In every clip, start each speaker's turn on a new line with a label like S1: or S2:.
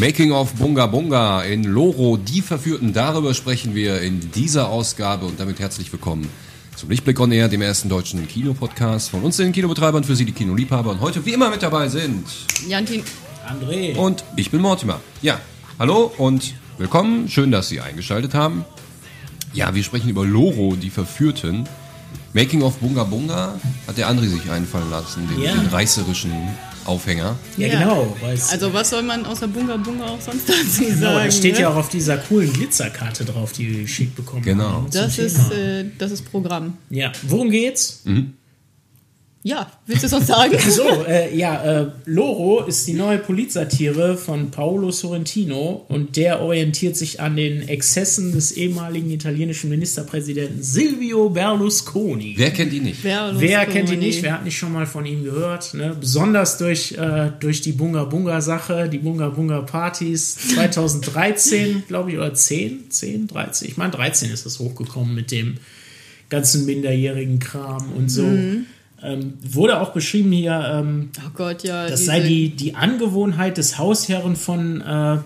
S1: Making of Bunga Bunga in Loro, die Verführten. Darüber sprechen wir in dieser Ausgabe und damit herzlich willkommen zum Lichtblick on Air, dem ersten deutschen Kinopodcast von uns den Kinobetreibern, für Sie die Kinoliebhaber. Und heute wie immer mit dabei sind
S2: Jantin.
S3: André.
S1: und ich bin Mortimer. Ja, hallo und willkommen. Schön, dass Sie eingeschaltet haben. Ja, wir sprechen über Loro, die Verführten. Making of Bunga Bunga hat der André sich einfallen lassen, den,
S3: Ja.
S1: den reißerischen Aufhänger.
S3: ja, genau. Weil es,
S2: Also was soll man außer Bunga Bunga auch sonst dazu sagen?
S3: genau, das steht
S2: ne?
S3: ja auch auf dieser coolen Glitzerkarte drauf, die wir geschickt bekommen
S1: Genau.
S3: haben. zum
S2: Das
S3: Thema.
S2: ist, äh, das ist Programm.
S3: ja, worum geht's?
S2: Ja, willst du es uns sagen?
S3: So, äh, ja, äh, Loro ist die neue Polizsatire von Paolo Sorrentino und der orientiert sich an den Exzessen des ehemaligen italienischen Ministerpräsidenten Silvio Berlusconi.
S1: Wer kennt ihn nicht?
S2: Wer,
S3: Wer
S2: Lust,
S3: kennt ihn
S2: Toni?
S3: nicht? Wer hat nicht schon mal von ihm gehört? Ne? Besonders durch, äh, durch die Bunga Bunga Sache, die Bunga Bunga Partys 2013, glaube ich, oder 10, 10, 13. Ich meine, 13 ist das hochgekommen mit dem ganzen minderjährigen Kram und so. Ähm, wurde auch beschrieben hier, ähm,
S2: Oh Gott, ja.
S3: das
S2: diese-
S3: sei die, die Angewohnheit des Hausherren von äh,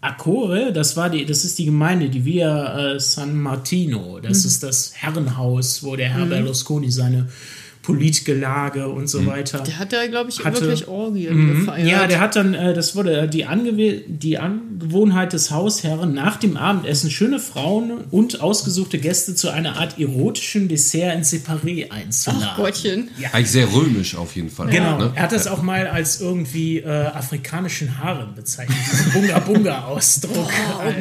S3: Akore, das war die, das ist die Gemeinde, die Via äh, San Martino. Das ist das Herrenhaus, wo der Herr Berlusconi seine Politgelage und so weiter.
S2: Der hat da, glaube ich,
S3: Hatte- Mhm.
S2: wirklich Orgien gefeiert.
S3: Ja, der hat dann, äh, das wurde äh, die, Angew die Angewohnheit des Hausherren, nach dem Abendessen schöne Frauen und ausgesuchte Gäste zu einer Art erotischen Dessert in Separé einzuladen.
S2: Ach Gottchen.
S1: Eigentlich sehr römisch auf jeden Fall.
S3: Genau,
S1: Ne?
S3: er hat das auch mal als irgendwie äh, afrikanischen Haaren bezeichnet. Diesen Bunga-Bunga-Ausdruck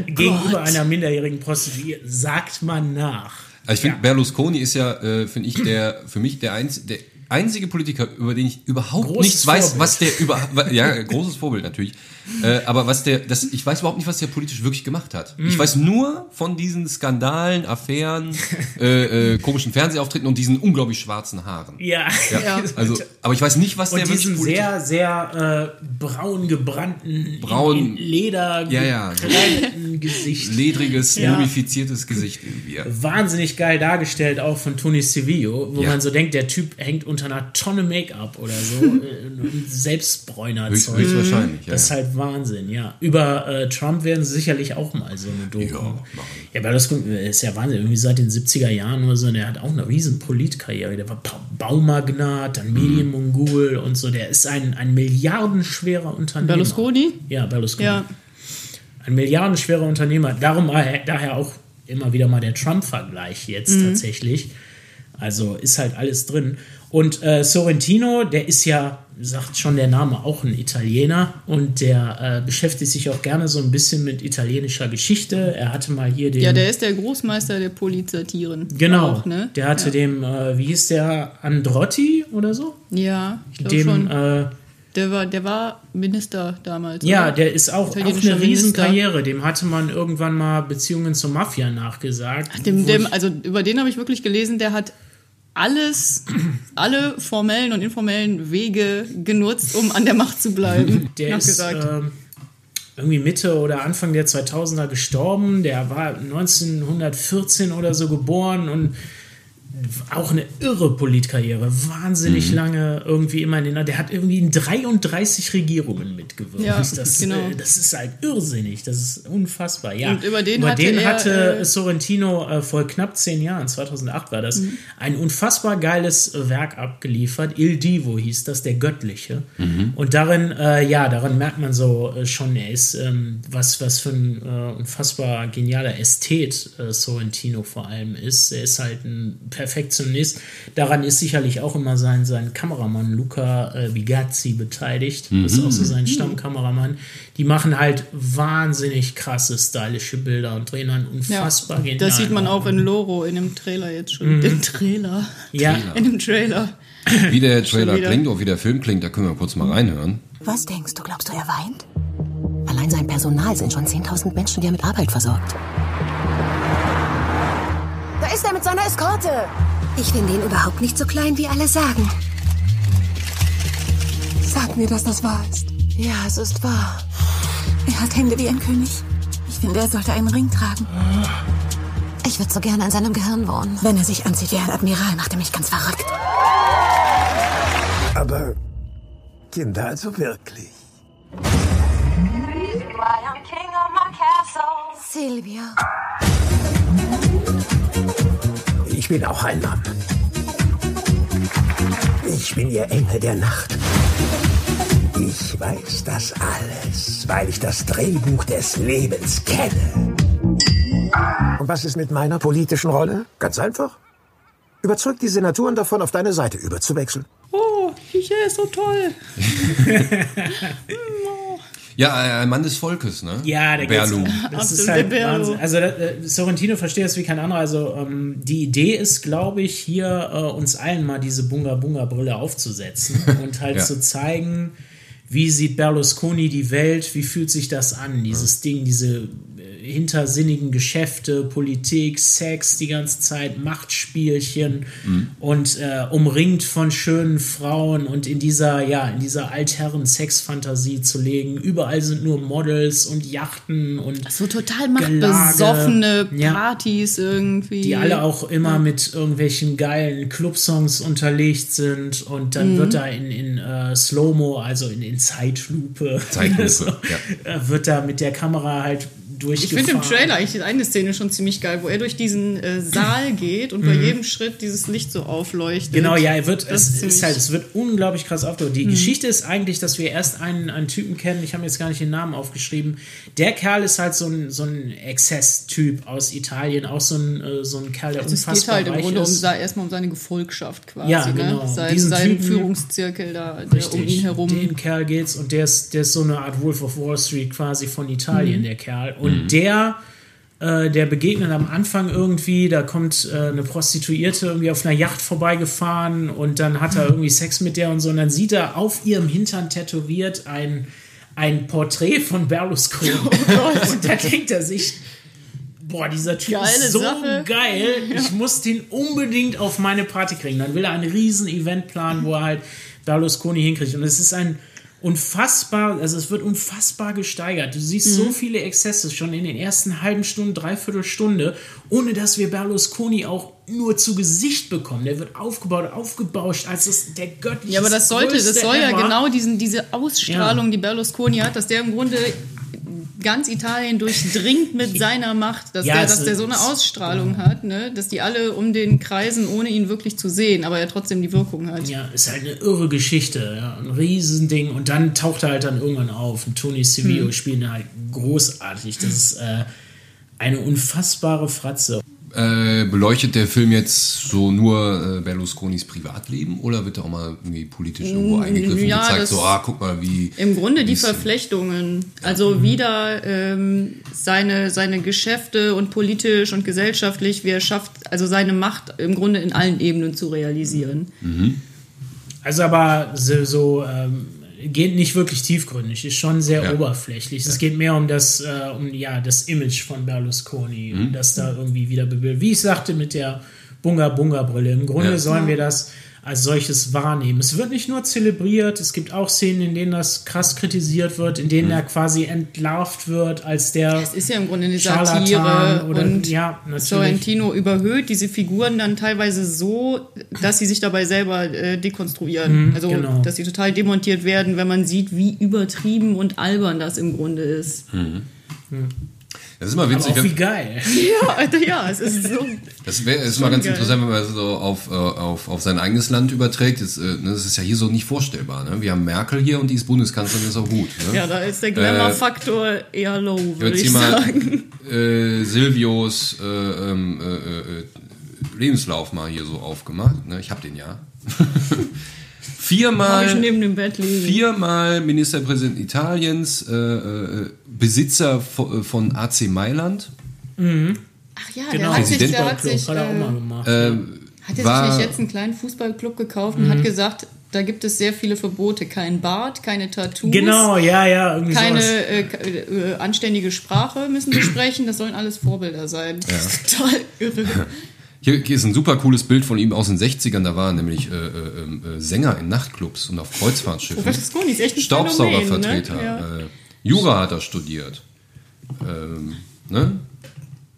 S3: äh, gegenüber einer minderjährigen Prostituierten. Sagt man nach.
S1: Also ich finde, Berlusconi ist ja, äh, finde ich, der für mich der, einz der einzige Politiker, über den ich überhaupt
S3: Großes
S1: nichts weiß,
S3: Vorbild.
S1: was der über wa- ja großes Vorbild natürlich, äh, aber was der, das, ich weiß überhaupt nicht, was der politisch wirklich gemacht hat.
S3: Hm.
S1: Ich weiß nur von diesen Skandalen, Affären, äh, äh, komischen Fernsehauftritten und diesen unglaublich schwarzen Haaren.
S3: Ja.
S2: Ja.
S1: Also, aber ich weiß nicht, was der
S3: Und
S1: wirklich
S3: diesem
S1: politisch
S3: sehr, sehr äh, braun gebrannten,
S1: Braun.
S3: in, in Leder
S1: Ja, ja.
S3: gekleideten Gesicht.
S1: ledriges,
S3: Ja.
S1: mumifiziertes Gesicht irgendwie. ja.
S3: Wahnsinnig geil dargestellt, auch von Tony Sevillo, wo
S1: Ja.
S3: man so denkt, der Typ hängt unter einer Tonne Make-up oder so. äh, und
S1: Höchst,
S3: Selbstbräunerzeug.
S1: höchstwahrscheinlich. Ja.
S3: Das ist halt Wahnsinn, ja. Über äh, Trump werden sie sicherlich auch mal so eine Doku.
S1: Ja,
S3: Ja,
S1: machen.
S3: ja Berlusconi äh, ist ja Wahnsinn. Irgendwie seit den 70er Jahren oder so, der hat auch eine riesen Politkarriere. Der war Pa- Baumagnat,
S1: Mhm.
S3: dann Medienmongol und so. Der ist ein, ein milliardenschwerer Unternehmer.
S2: Berlusconi?
S3: Ja, Berlusconi.
S2: Ja.
S3: Ein milliardenschwerer Unternehmer. Darum mal- daher auch immer wieder mal der Trump-Vergleich jetzt
S2: Mhm.
S3: tatsächlich. Also ist halt alles drin. Und äh, Sorrentino, der ist ja, sagt schon der Name, auch ein Italiener und der äh, beschäftigt sich auch gerne so ein bisschen mit italienischer Geschichte. Er hatte mal hier den.
S2: Ja, der ist der Großmeister der Polizatieren.
S3: genau,
S2: Auch, ne?
S3: der hatte dem, äh, wie hieß der, Androtti oder so?
S2: Ja, ich glaube
S3: Dem,
S2: schon.
S3: äh,
S2: Der war, der war Minister damals.
S3: ja,
S2: oder?
S3: der ist auch, auch
S2: Italienischer
S3: eine Riesenkarriere.
S2: Minister.
S3: Dem hatte man irgendwann mal Beziehungen zur Mafia nachgesagt. Ach,
S2: Dem, dem, also über den habe ich wirklich gelesen, der hat alles, alle formellen und informellen Wege genutzt, um an der Macht zu bleiben.
S3: Der ist
S2: Nachgesagt.
S3: ähm, irgendwie Mitte oder Anfang der 2000er gestorben. Der war 1914 oder so geboren und auch eine irre Politkarriere. Wahnsinnig lange irgendwie immer in den. Der hat irgendwie in 33 Regierungen mitgewirkt.
S2: Ja,
S3: das,
S2: genau.
S3: äh, das ist halt irrsinnig. Das ist unfassbar. Ja.
S2: Und über den hatte er,
S3: hatte
S2: äh,
S3: Sorrentino äh, vor knapp zehn Jahren, 2008 war das, ein unfassbar geiles äh, Werk abgeliefert. Il Divo hieß das, der Göttliche. Und darin, äh, ja, daran merkt man so äh, schon, er ist ähm, was, was für ein äh, unfassbar genialer Ästhet äh, Sorrentino vor allem ist. Er ist halt ein Perfektionist. Daran ist sicherlich auch immer sein, sein Kameramann Luca äh, Bigazzi beteiligt. Das ist auch so sein Stammkameramann. Die machen halt wahnsinnig krasse, stylische Bilder und drehen dann
S2: Ja.
S3: unfassbar genial. ne?
S2: Das sieht man
S3: auf.
S2: auch in Loro, in dem Trailer jetzt schon. Im Trailer.
S3: Ja,
S2: In dem Trailer.
S1: Wie der Trailer
S2: wieder.
S1: klingt, auch wie der Film klingt, da können wir kurz mal reinhören.
S4: Was denkst du? Glaubst du, er weint? Allein sein Personal sind schon 10.000 Menschen, die er mit Arbeit versorgt. Da ist er mit seiner Eskorte. Ich finde ihn überhaupt nicht so klein, wie alle sagen.
S5: Sag mir, dass das wahr ist.
S4: Ja, es ist wahr.
S5: Er hat Hände wie ein König. Ich finde, er sollte einen Ring tragen.
S4: Ich würde so gerne an seinem Gehirn wohnen.
S5: Wenn er sich anzieht wie ein Admiral.
S4: Macht er mich ganz verrückt.
S6: Aber Kinder also wirklich.
S5: Silvio.
S6: Ich bin auch ein Mann. Ich bin ihr Engel der Nacht. Ich weiß das alles, weil ich das Drehbuch des Lebens kenne. Und was ist mit meiner politischen Rolle? Ganz einfach. Überzeug die Senatoren davon, auf deine Seite überzuwechseln.
S2: Oh, Chiche ist so toll.
S1: Ja, äh, ein Mann des Volkes, ne?
S3: Ja, der geht's.
S1: Berlou.
S3: Das ist
S2: Absolut,
S3: halt
S2: der Berlo.
S3: Wahnsinn. Also äh, Sorrentino versteht das wie kein anderer. Also ähm, die Idee ist, glaube ich, hier äh, uns allen mal diese Bunga Bunga Brille aufzusetzen und halt
S1: Ja.
S3: zu zeigen, wie sieht Berlusconi die Welt, wie fühlt sich das an, dieses Ding, diese äh, hintersinnigen Geschäfte, Politik, Sex die ganze Zeit, Machtspielchen und äh, umringt von schönen Frauen und in dieser, ja, in dieser altherren Sexfantasie zu legen. Überall sind nur Models und Yachten und
S2: So total
S3: machtbesoffene
S2: machtbesoffene
S3: Gelage. Ja.
S2: Partys irgendwie.
S1: Mhm.
S3: die alle auch immer mit irgendwelchen geilen Clubsongs unterlegt sind und
S1: Mhm.
S3: dann wird da in, in äh, Slow-Mo, also in, in Zeitlupe,
S1: Zeitlupe,
S3: so,
S1: ja.
S3: äh, wird da mit der Kamera halt
S2: Ich
S3: durchgefahren.
S2: finde im Trailer eigentlich eine Szene schon ziemlich geil, wo er durch diesen äh, Saal geht und bei jedem Schritt dieses Licht so aufleuchtet.
S3: Mhm. Genau, ja, er wird,
S2: Das
S3: es
S2: ziemlich-
S3: ist halt, es wird unglaublich krass aufgedrückt.
S1: Mhm.
S3: Die Geschichte ist eigentlich, dass wir erst einen, einen Typen kennen, ich habe mir jetzt gar nicht den Namen aufgeschrieben. Der Kerl ist halt so ein, so ein Exzess-Typ aus Italien, auch so ein, äh, so ein Kerl, der
S2: Es geht
S3: unfassbar
S2: halt im
S3: reich
S2: Grunde um,
S3: ist.
S2: se- erstmal um seine Gefolgschaft quasi,
S3: Ja, genau.
S2: ne? Sein,
S3: Diesen
S2: seinen
S3: Typen-
S2: Führungszirkel da der um ihn
S3: Richtig.
S2: herum.
S3: Den Kerl geht's und der ist, der ist so eine Art Wolf of Wall Street quasi von Italien,
S2: Mhm.
S3: der Kerl. Und der, äh, der begegnet am Anfang irgendwie, da kommt äh, eine Prostituierte irgendwie auf einer Yacht vorbeigefahren und dann hat er irgendwie Sex mit der und so. Und dann sieht er auf ihrem Hintern tätowiert ein, ein Porträt von Berlusconi.
S2: Oh
S3: und da denkt er sich. Boah, dieser Typ
S2: Geile
S3: ist so
S2: Sache.
S3: geil. Ich muss den unbedingt auf meine Party kriegen. Dann will er ein riesen Event planen, wo er halt Berlusconi hinkriegt. Und es ist ein unfassbar, also es wird unfassbar gesteigert. Du siehst so
S2: Mhm.
S3: viele Exzesse schon in den ersten halben Stunden, dreiviertel Stunde, ohne dass wir Berlusconi auch nur zu Gesicht bekommen. Der wird aufgebaut, aufgebauscht, als ist der göttliche.
S2: Ja, aber das sollte, das
S3: größte
S2: soll ja
S3: ever.
S2: genau diesen, diese Ausstrahlung, die Berlusconi hat, dass der im Grunde ganz Italien durchdringt mit seiner Macht, dass,
S3: Ja,
S2: der,
S3: es
S2: dass der so eine
S3: ist-
S2: Ausstrahlung hat, ne? dass die alle um den kreisen, ohne ihn wirklich zu sehen, aber er trotzdem die Wirkung hat.
S3: Ja, ist halt eine irre Geschichte, ja, ein Riesending. Und dann taucht er halt dann irgendwann auf. Und Tony Sevio spielt ihn halt großartig. Das ist äh, eine unfassbare Fratze.
S1: Äh, beleuchtet der Film jetzt so nur äh, Berlusconis Privatleben oder wird da auch mal irgendwie politisch irgendwo eingegriffen
S2: Mm, ja,
S1: und gezeigt,
S2: das-
S1: so, ah, guck mal, wie.
S2: Im Grunde die
S1: wie's-
S2: Verflechtungen. Also
S3: Mhm.
S2: wieder ähm, seine, seine Geschäfte und politisch und gesellschaftlich, wie er schafft, also seine Macht im Grunde in allen Ebenen zu realisieren.
S3: Mhm. Also aber so, so ähm, geht nicht wirklich tiefgründig, ist schon sehr
S1: Ja.
S3: oberflächlich. Es geht mehr um das, äh, um ja, das Image von Berlusconi,
S1: Mhm.
S3: um das da irgendwie wieder bebildet. Wie ich sagte, mit der Bunga Bunga Brille. Im Grunde
S1: Ja.
S3: sollen wir das als solches wahrnehmen. Es wird nicht nur zelebriert, es gibt auch Szenen, in denen das krass kritisiert wird, in
S1: Mhm.
S3: denen er quasi entlarvt wird als der
S2: Es ist ja im Grunde eine
S3: Scharlatan
S2: Satire
S3: oder-
S2: und
S3: ja, natürlich.
S2: Sorrentino überhöht diese Figuren dann teilweise so, dass sie sich dabei selber äh, dekonstruieren. also,
S3: genau.
S2: dass sie total demontiert werden, wenn man sieht, wie übertrieben und albern das im Grunde ist.
S3: Mhm.
S1: Das ist immer witzig,
S3: auch wie
S1: wenn,
S3: geil.
S2: Ja, Alter, ja, es ist so.
S1: das wär, ist immer ganz
S2: geil.
S1: interessant, wenn man das so auf, äh, auf, auf sein eigenes Land überträgt. Das, äh, ne, das ist ja hier so nicht vorstellbar. Ne? Wir haben Merkel hier und die ist Bundeskanzlerin, ist auch gut. Ne?
S2: Ja, da ist der Glamour-Faktor eher low,
S3: Äh,
S2: würde
S1: Jetzt
S2: ich
S1: hier mal
S2: sagen.
S1: Äh, Silvios äh, ähm, äh, äh, äh, Lebenslauf mal hier so aufgemacht. Ne? Ich hab den ja.
S2: Habe
S1: Viermal.
S2: ich neben dem Bett liegen.
S1: Viermal Ministerpräsident Italiens, äh, äh, Besitzer vo- äh, von AC Mailand,
S2: Ach ja,
S3: Genau.
S2: der hat sich, der hat
S3: Fußballclub
S2: sich,
S3: hat er auch
S2: äh,
S3: mal
S2: Hat
S3: gemacht.
S2: er
S1: War-
S2: sich nicht jetzt einen kleinen Fußballclub gekauft
S3: Mhm.
S2: und hat gesagt, da gibt es sehr viele Verbote. Kein Bart, keine Tattoos,
S3: genau, ja, ja, irgendwie
S2: keine
S3: sowas.
S2: äh, k- äh, anständige Sprache müssen sie sprechen. Das sollen alles Vorbilder sein. Das ist total irre.
S1: Hier hier ist ein super cooles Bild von ihm aus den 60ern. Da war er nämlich äh, äh, äh, Sänger in Nachtclubs und auf Kreuzfahrtschiffen.
S2: Berlusconi ist echt ein ne?
S1: Staubsaugervertreter.
S2: Phänomen, ne?
S1: Äh, Jura hat er studiert. Ähm, ne?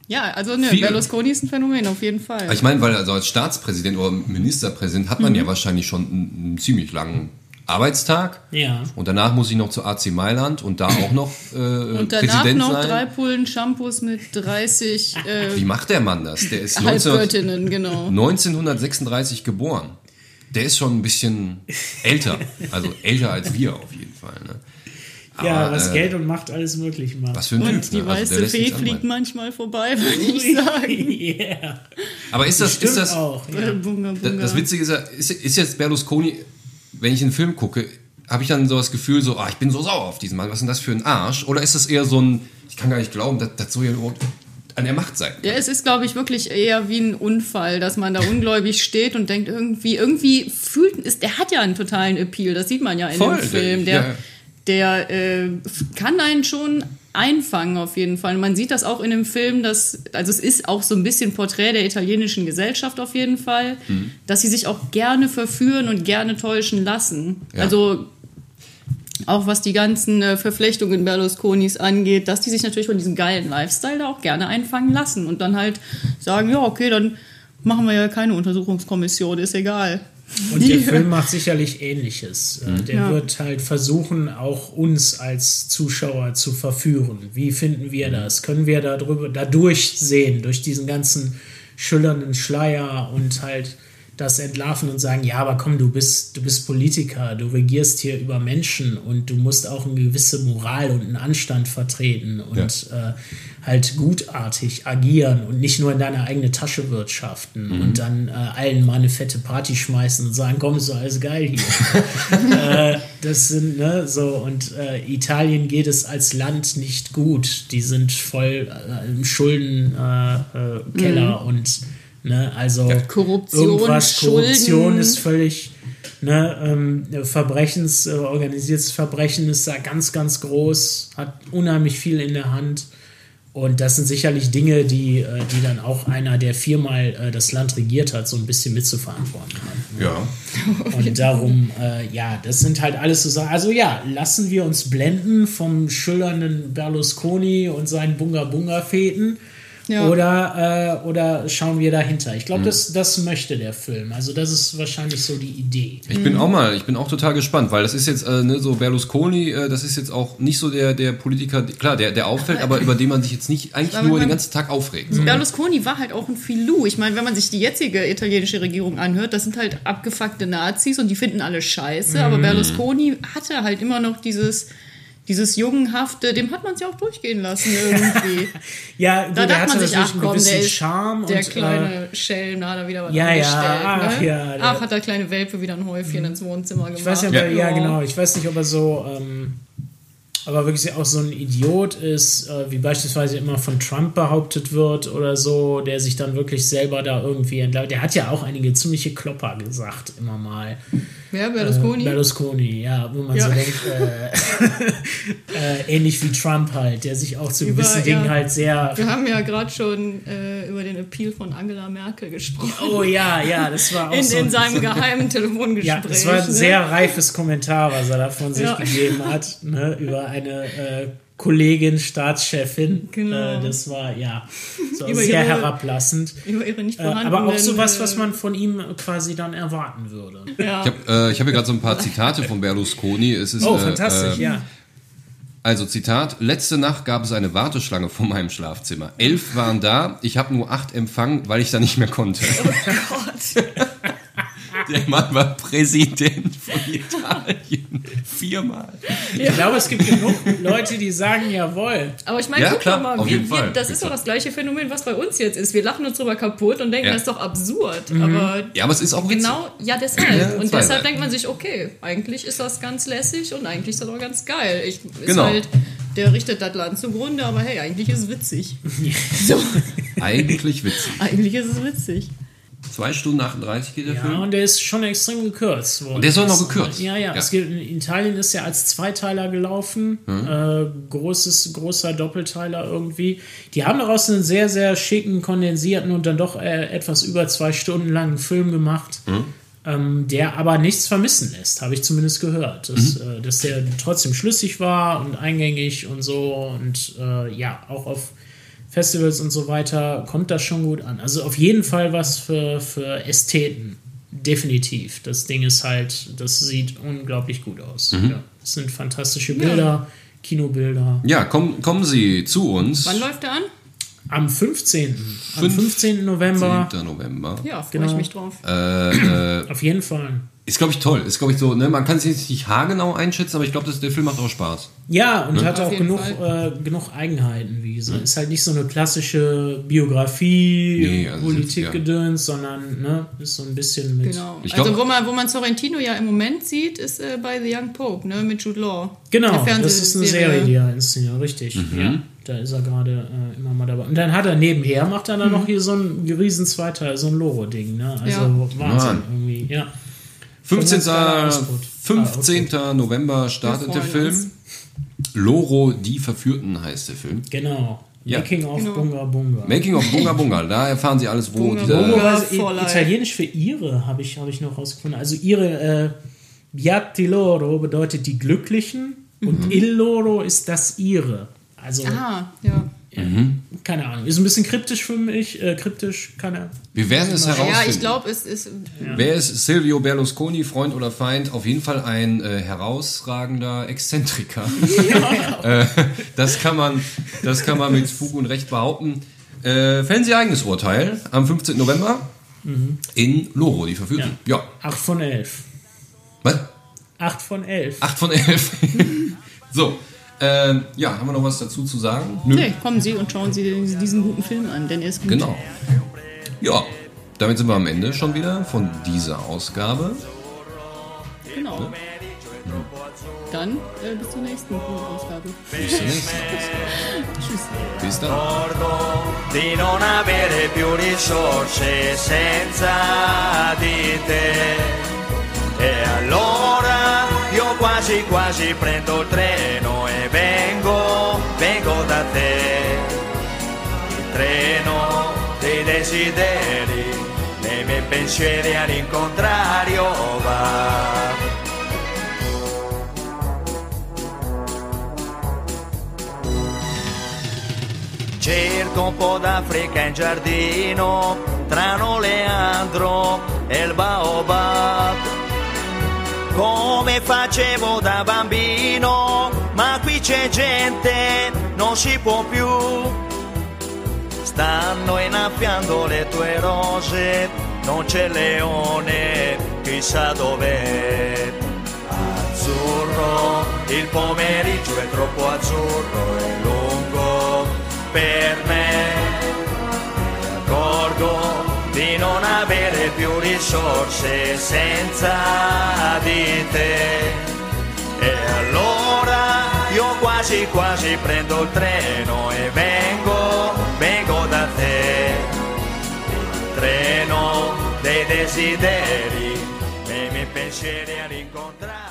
S2: Ja, also ne,
S1: Viel-
S2: Berlusconi ist ein Phänomen, auf jeden Fall. Mhm.
S1: Ich meine, weil also als Staatspräsident oder Ministerpräsident hat man ja wahrscheinlich schon einen, einen ziemlich langen Arbeitstag.
S3: Ja.
S1: Und danach muss ich noch zu AC Mailand und da auch noch äh,
S2: Und danach
S1: Präsident
S2: noch
S1: sein.
S2: drei Pullen Shampoos mit 30 äh,
S1: Wie macht der Mann das? Der ist 19,
S2: Halbgöttinnen, genau.
S1: 1936 geboren. Der ist schon ein bisschen älter. Also älter als wir auf jeden Fall. Ne?
S3: ja,
S1: Aber,
S3: was
S1: äh,
S3: Geld und Macht alles möglich macht.
S1: Was für ein
S2: Und
S1: Typ.
S2: die
S1: ne? Also der
S2: weiße
S1: lässt
S2: Fee
S1: nichts
S2: fliegt
S1: anbrennen.
S2: manchmal vorbei, würde ich sagen.
S3: yeah.
S1: Aber ist das, ist
S3: Stimmt
S1: das,
S3: auch.
S2: Äh,
S3: Ja.
S2: Bunga,
S1: Da-
S2: bunga.
S1: Das Witzige ist, ja, ist, ist jetzt Berlusconi, wenn ich einen Film gucke, habe ich dann so das Gefühl, so, ah, ich bin so sauer auf diesen Mann, was ist denn das für ein Arsch? Oder ist das eher so ein, ich kann gar nicht glauben, dass, dass so jemand an der Macht sein
S2: Ja, es ist, glaube ich, wirklich eher wie ein Unfall, dass man da ungläubig steht und denkt, irgendwie, irgendwie fühlt ist, der hat ja einen totalen Appeal, das sieht man ja in
S1: Voll,
S2: dem Film.
S1: der-
S2: Der,
S1: ja.
S2: der äh, f- kann einen schon einfangen auf jeden Fall. Man sieht das auch in dem Film, dass, also es ist auch so ein bisschen Porträt der italienischen Gesellschaft auf jeden Fall,
S1: Mhm.
S2: dass sie sich auch gerne verführen und gerne täuschen lassen.
S1: Ja.
S2: Also auch was die ganzen äh, Verflechtungen Berlusconis angeht, dass die sich natürlich von diesem geilen Lifestyle da auch gerne einfangen lassen und dann halt sagen, ja, okay, dann machen wir ja keine Untersuchungskommission, ist egal.
S3: Und der Film macht sicherlich Ähnliches. Äh, Der wird halt versuchen, auch uns als Zuschauer zu verführen. Wie finden wir das? Können wir darüber, dadurch sehen, durch diesen ganzen schillernden Schleier und halt das entlarven und sagen, ja, aber komm, du bist, du bist Politiker, du regierst hier über Menschen und du musst auch eine gewisse Moral und einen Anstand vertreten und äh, halt gutartig agieren und nicht nur in deine eigene Tasche wirtschaften und dann äh, allen mal eine fette Party schmeißen und sagen, komm, ist doch alles geil hier. äh, das sind, ne, so, und äh, Italien geht es als Land nicht gut. Die sind voll äh, im Schuldenkeller äh, äh, Keller und ne, also
S2: Mhm. Korruption,
S3: irgendwas, Korruption
S2: Schulden.
S3: ist völlig ne, ähm, Verbrechens, äh, organisiertes Verbrechen ist da ganz, ganz groß, hat unheimlich viel in der Hand. Und das sind sicherlich Dinge, die, äh, die dann auch einer, der viermal äh, das Land regiert hat, so ein bisschen mitzuverantworten hat.
S1: Ja.
S3: Und darum, äh, ja, das sind halt alles so Sachen. Also ja, lassen wir uns blenden vom schillernden Berlusconi und seinen Bunga-Bunga-Feten.
S2: Ja.
S3: Oder, äh, oder schauen wir dahinter? Ich glaube, das, das möchte der Film. Also, das ist wahrscheinlich so die Idee.
S1: Ich
S2: Mhm.
S1: bin auch mal, ich bin auch total gespannt, weil das ist jetzt äh, ne, so Berlusconi, äh, das ist jetzt auch nicht so der, der Politiker, klar, der, der auffällt, aber über den man sich jetzt nicht eigentlich
S2: Aber
S1: nur
S2: man-
S1: den ganzen Tag aufregt. So.
S2: Berlusconi war halt auch ein Filou. Ich meine, wenn man sich die jetzige italienische Regierung anhört, das sind halt abgefuckte Nazis und die finden alle scheiße. Aber Berlusconi hatte halt immer noch dieses, dieses Jungenhafte, dem hat man es ja auch durchgehen lassen irgendwie.
S3: Ja, gut,
S2: da
S3: der
S2: dachte man
S3: hatte
S2: sich,
S3: natürlich
S2: ach
S3: einen
S2: komm, der
S3: gewissen
S2: ist
S3: Charme.
S2: der
S3: und, äh,
S2: kleine Schelm, da hat er wieder was
S3: Ja, ja,
S2: angestellt.
S3: ach,
S2: ne?
S3: ja, der- Mhm.
S2: ach, hat der kleine Welpe wieder ein Häufchen ins Wohnzimmer gemacht.
S3: ich weiß ja,
S1: Ja.
S3: ja. ja, genau. Ich weiß nicht, ob er so, ähm, aber wirklich auch so ein Idiot ist, äh, wie beispielsweise immer von Trump behauptet wird oder so, der sich dann wirklich selber da irgendwie entlarvt. Der hat ja auch einige ziemliche Klopper gesagt, immer mal.
S2: Wer, Berlusconi?
S3: Äh, Berlusconi, ja, wo man
S2: Ja.
S3: so denkt, äh, äh, ähnlich wie Trump halt, der sich auch zu
S2: Über-
S3: gewissen Dingen
S2: ja.
S3: halt sehr.
S2: Wir haben ja gerade schon äh, über den Appeal von Angela Merkel gesprochen.
S3: Oh ja, ja, das war auch
S2: in,
S3: so
S2: in
S3: ein-
S2: seinem geheimen Telefongespräch.
S3: Ja, das war ein
S2: ne?
S3: sehr reifes Kommentar, was er da von sich
S2: Ja.
S3: gegeben hat, ne, über eine äh, Kollegin, Staatschefin.
S2: Genau.
S3: Äh, das war, ja, so
S2: Über
S3: sehr
S2: ihre-
S3: herablassend.
S2: Über ihre nicht
S3: Äh,
S2: vorhandenen,
S3: aber auch sowas,
S2: äh,
S3: was man von ihm quasi dann erwarten würde.
S2: Ja.
S1: Ich habe äh, ich hab hier gerade so ein paar Zitate von Berlusconi. Es ist,
S3: Oh,
S1: äh,
S3: fantastisch,
S1: ähm,
S3: ja.
S1: Also Zitat, letzte Nacht gab es eine Warteschlange vor meinem Schlafzimmer. Elf waren da, ich habe nur acht empfangen, weil ich da nicht mehr konnte. Oh Gott. Der Mann war Präsident von Italien. Viermal.
S3: Ich glaube, es gibt genug Leute, die sagen, jawohl.
S2: Aber ich meine,
S1: Ja,
S2: guck
S1: klar,
S2: doch mal,
S1: auf
S2: wir,
S1: jeden Fall.
S2: wir, das ist doch das gleiche Phänomen, was bei uns jetzt ist. Wir lachen uns drüber kaputt und denken,
S1: Ja.
S2: das ist doch absurd.
S3: Mhm.
S2: Aber
S1: Ja, aber es ist auch witzig.
S2: genau, ja, deshalb.
S1: Ja,
S2: und
S1: zwei Seiten.
S2: deshalb denkt man sich, okay, eigentlich ist das ganz lässig und eigentlich ist das auch ganz geil. Ich, ist
S1: Genau.
S2: halt, der richtet das Land zugrunde, aber hey, eigentlich ist es witzig. so,
S1: Eigentlich witzig.
S2: eigentlich ist es witzig.
S1: Zwei Stunden 38 geht der
S3: Ja,
S1: Film.
S3: und der ist schon extrem gekürzt worden.
S1: Und der ist auch noch gekürzt.
S3: Ja, ja.
S1: Ja.
S3: Es gibt, in Italien ist ja als Zweiteiler gelaufen.
S1: Hm.
S3: Äh, großes, großer Doppelteiler irgendwie. Die haben daraus einen sehr, sehr schicken, kondensierten und dann doch äh, etwas über zwei Stunden langen Film gemacht.
S1: Hm.
S3: Ähm, der aber nichts vermissen lässt, habe ich zumindest gehört. Dass,
S1: Hm.
S3: äh, dass der trotzdem schlüssig war und eingängig und so und äh, ja, auch auf Festivals und so weiter kommt das schon gut an. Also auf jeden Fall was für, für Ästheten, definitiv. Das Ding ist halt, das sieht unglaublich gut aus.
S1: Mhm.
S3: Ja. Das sind fantastische Bilder, Kinobilder.
S1: Ja, komm, kommen Sie zu uns.
S2: Wann läuft der an?
S3: Am 15. am
S1: Fünf-
S3: 15. November.
S1: 7. November.
S2: Ja, freue ich mich drauf.
S1: Äh,
S3: Auf jeden Fall.
S1: Ist, glaube ich, toll. Ist, glaube ich, so, ne? Man kann es jetzt nicht haargenau einschätzen, aber ich glaube, das- der Film macht auch Spaß.
S3: Ja,
S1: Ne?
S3: und hat
S2: Auf
S3: auch
S2: jeden
S3: genug, äh, genug Eigenheiten. Wie so.
S1: Mhm.
S3: Ist halt nicht so eine klassische Biografie,
S1: Nee, also jetzt, ja.
S3: Politikgedöns, sondern ne, ist so ein bisschen mit.
S2: Genau.
S1: Ich glaub-
S2: also wo man, wo man Sorrentino ja im Moment sieht, ist äh, bei The Young Pope, ne? Mit Jude Law. Der
S3: Genau, das ist eine
S2: Fernsehserie.
S3: Serie, die er inszeniert, richtig.
S1: Mhm.
S3: Ja, da ist er gerade äh, immer mal dabei. Und dann hat er nebenher, macht
S2: Mhm.
S3: er dann noch hier so ein riesen Zweiteil, so ein Loro-Ding, ne? Also
S2: Ja.
S3: Wahnsinn
S1: Mann.
S3: irgendwie, ja.
S1: 15.
S3: Von uns leider
S1: 15. November startet
S2: Ah, Wir
S1: der
S2: freuen
S1: Film.
S2: uns.
S1: Loro, die Verführten heißt der Film.
S3: Genau.
S1: Ja.
S3: Making of Bunga Bunga.
S1: Making of Bunga Bunga, da erfahren Sie alles, wo
S2: Bunga
S1: dieser.
S2: Bunga.
S3: Wobei,
S2: for life.
S3: Italienisch für ihre habe ich, habe ich noch rausgefunden. Also ihre äh, Biatti Loro bedeutet die Glücklichen
S1: Mhm.
S3: und Il Loro ist das ihre. Also,
S2: Ah, ja.
S3: keine Ahnung. Ist ein bisschen kryptisch für mich. Äh, kryptisch, keine
S1: Wir werden es herausfinden.
S2: Ja, ich glaube, es ist.
S1: Wer ist Silvio Berlusconi, Freund oder Feind? Auf jeden Fall ein äh, herausragender Exzentriker. äh, das, kann man, das kann man mit Fug und Recht behaupten. Äh, fällen Sie Ihr eigenes Urteil am 15. November
S2: Mhm.
S1: in Loro, die Verführten. Ja.
S3: 8 von 11.
S1: Was?
S3: 8 von 11.
S1: 8 von 11. so. Ähm, ja, haben wir noch was dazu zu sagen? Nö.
S2: Nee, kommen Sie und schauen Sie den- diesen guten Film an, denn er ist gut.
S1: Genau. Ja, damit sind wir am Ende schon wieder von dieser Ausgabe.
S2: genau. Dann äh, bis zur nächsten Ausgabe.
S1: Bis zur nächsten Ausgabe.
S2: Tschüss.
S1: Bis dann.
S7: ricordo di non avere più risorse senza di te. E allora io quasi quasi prendo il treno e vengo, vengo da te. Il treno dei desideri, dei miei pensieri all'incontrario va. Cerco un po' d'Africa in giardino, tra un oleandro e il baobab. Come facevo da bambino, ma qui c'è gente, non si può più. Stanno innaffiando le tue rose, non c'è leone, chissà dov'è. Azzurro, il pomeriggio è troppo azzurro e lungo per me. Mi accorgo di non avere più risorse senza di te. E allora io quasi quasi prendo il treno e vengo, vengo da te. Il treno dei desideri e i miei pensieri all'incontrare.